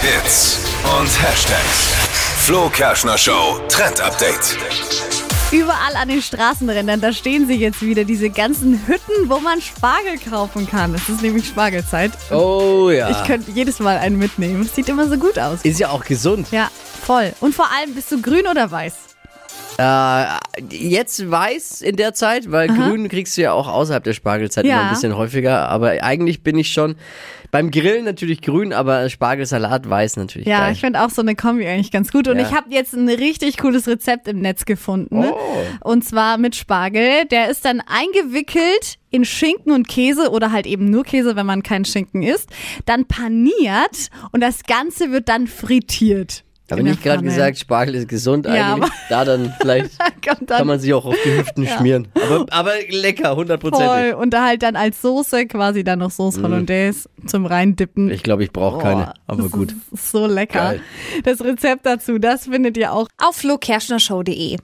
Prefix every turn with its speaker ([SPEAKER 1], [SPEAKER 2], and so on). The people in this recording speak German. [SPEAKER 1] Hits und Hashtags. Flo Kerschner Show Trend Update.
[SPEAKER 2] Überall an den Straßenrändern, da stehen sie jetzt wieder, diese ganzen Hütten, wo man Spargel kaufen kann. Es ist nämlich Spargelzeit.
[SPEAKER 3] Oh ja.
[SPEAKER 2] Ich könnte jedes Mal einen mitnehmen. Es sieht immer so gut aus.
[SPEAKER 3] Ist ja auch gesund.
[SPEAKER 2] Ja, voll. Und vor allem, bist du grün oder weiß?
[SPEAKER 3] Äh, jetzt weiß in der Zeit, weil grün kriegst du ja auch außerhalb der Spargelzeit
[SPEAKER 2] Ja.
[SPEAKER 3] immer ein bisschen häufiger. Aber eigentlich bin ich schon beim Grillen natürlich grün, aber Spargelsalat weiß natürlich.
[SPEAKER 2] Ja,
[SPEAKER 3] geil.
[SPEAKER 2] ich finde auch so eine Kombi eigentlich ganz gut. Und
[SPEAKER 3] Ja. Oh.
[SPEAKER 2] ich habe jetzt ein richtig cooles Rezept im Netz gefunden. Und zwar mit Spargel. Der ist dann eingewickelt in Schinken und Käse oder halt eben nur Käse, wenn man keinen Schinken isst. Dann paniert und das Ganze wird dann frittiert.
[SPEAKER 3] aber
[SPEAKER 2] in der
[SPEAKER 3] nicht gerade
[SPEAKER 2] Pfanne.
[SPEAKER 3] gesagt, Spargel ist gesund
[SPEAKER 2] Ja,
[SPEAKER 3] eigentlich.
[SPEAKER 2] aber-
[SPEAKER 3] Da dann vielleicht
[SPEAKER 2] Kommt
[SPEAKER 3] kann
[SPEAKER 2] dann
[SPEAKER 3] man sich auch auf die Hüften schmieren. Aber, aber lecker, hundertprozentig.
[SPEAKER 2] voll und da halt dann als Soße quasi dann noch Soße Hollandaise zum reindippen.
[SPEAKER 3] Mhm. Ich glaube, ich brauche keine. Aber
[SPEAKER 2] das
[SPEAKER 3] gut.
[SPEAKER 2] Ist so lecker.
[SPEAKER 3] Geil.
[SPEAKER 2] Das Rezept dazu, das findet ihr auch
[SPEAKER 4] Auf flokerschnershow.de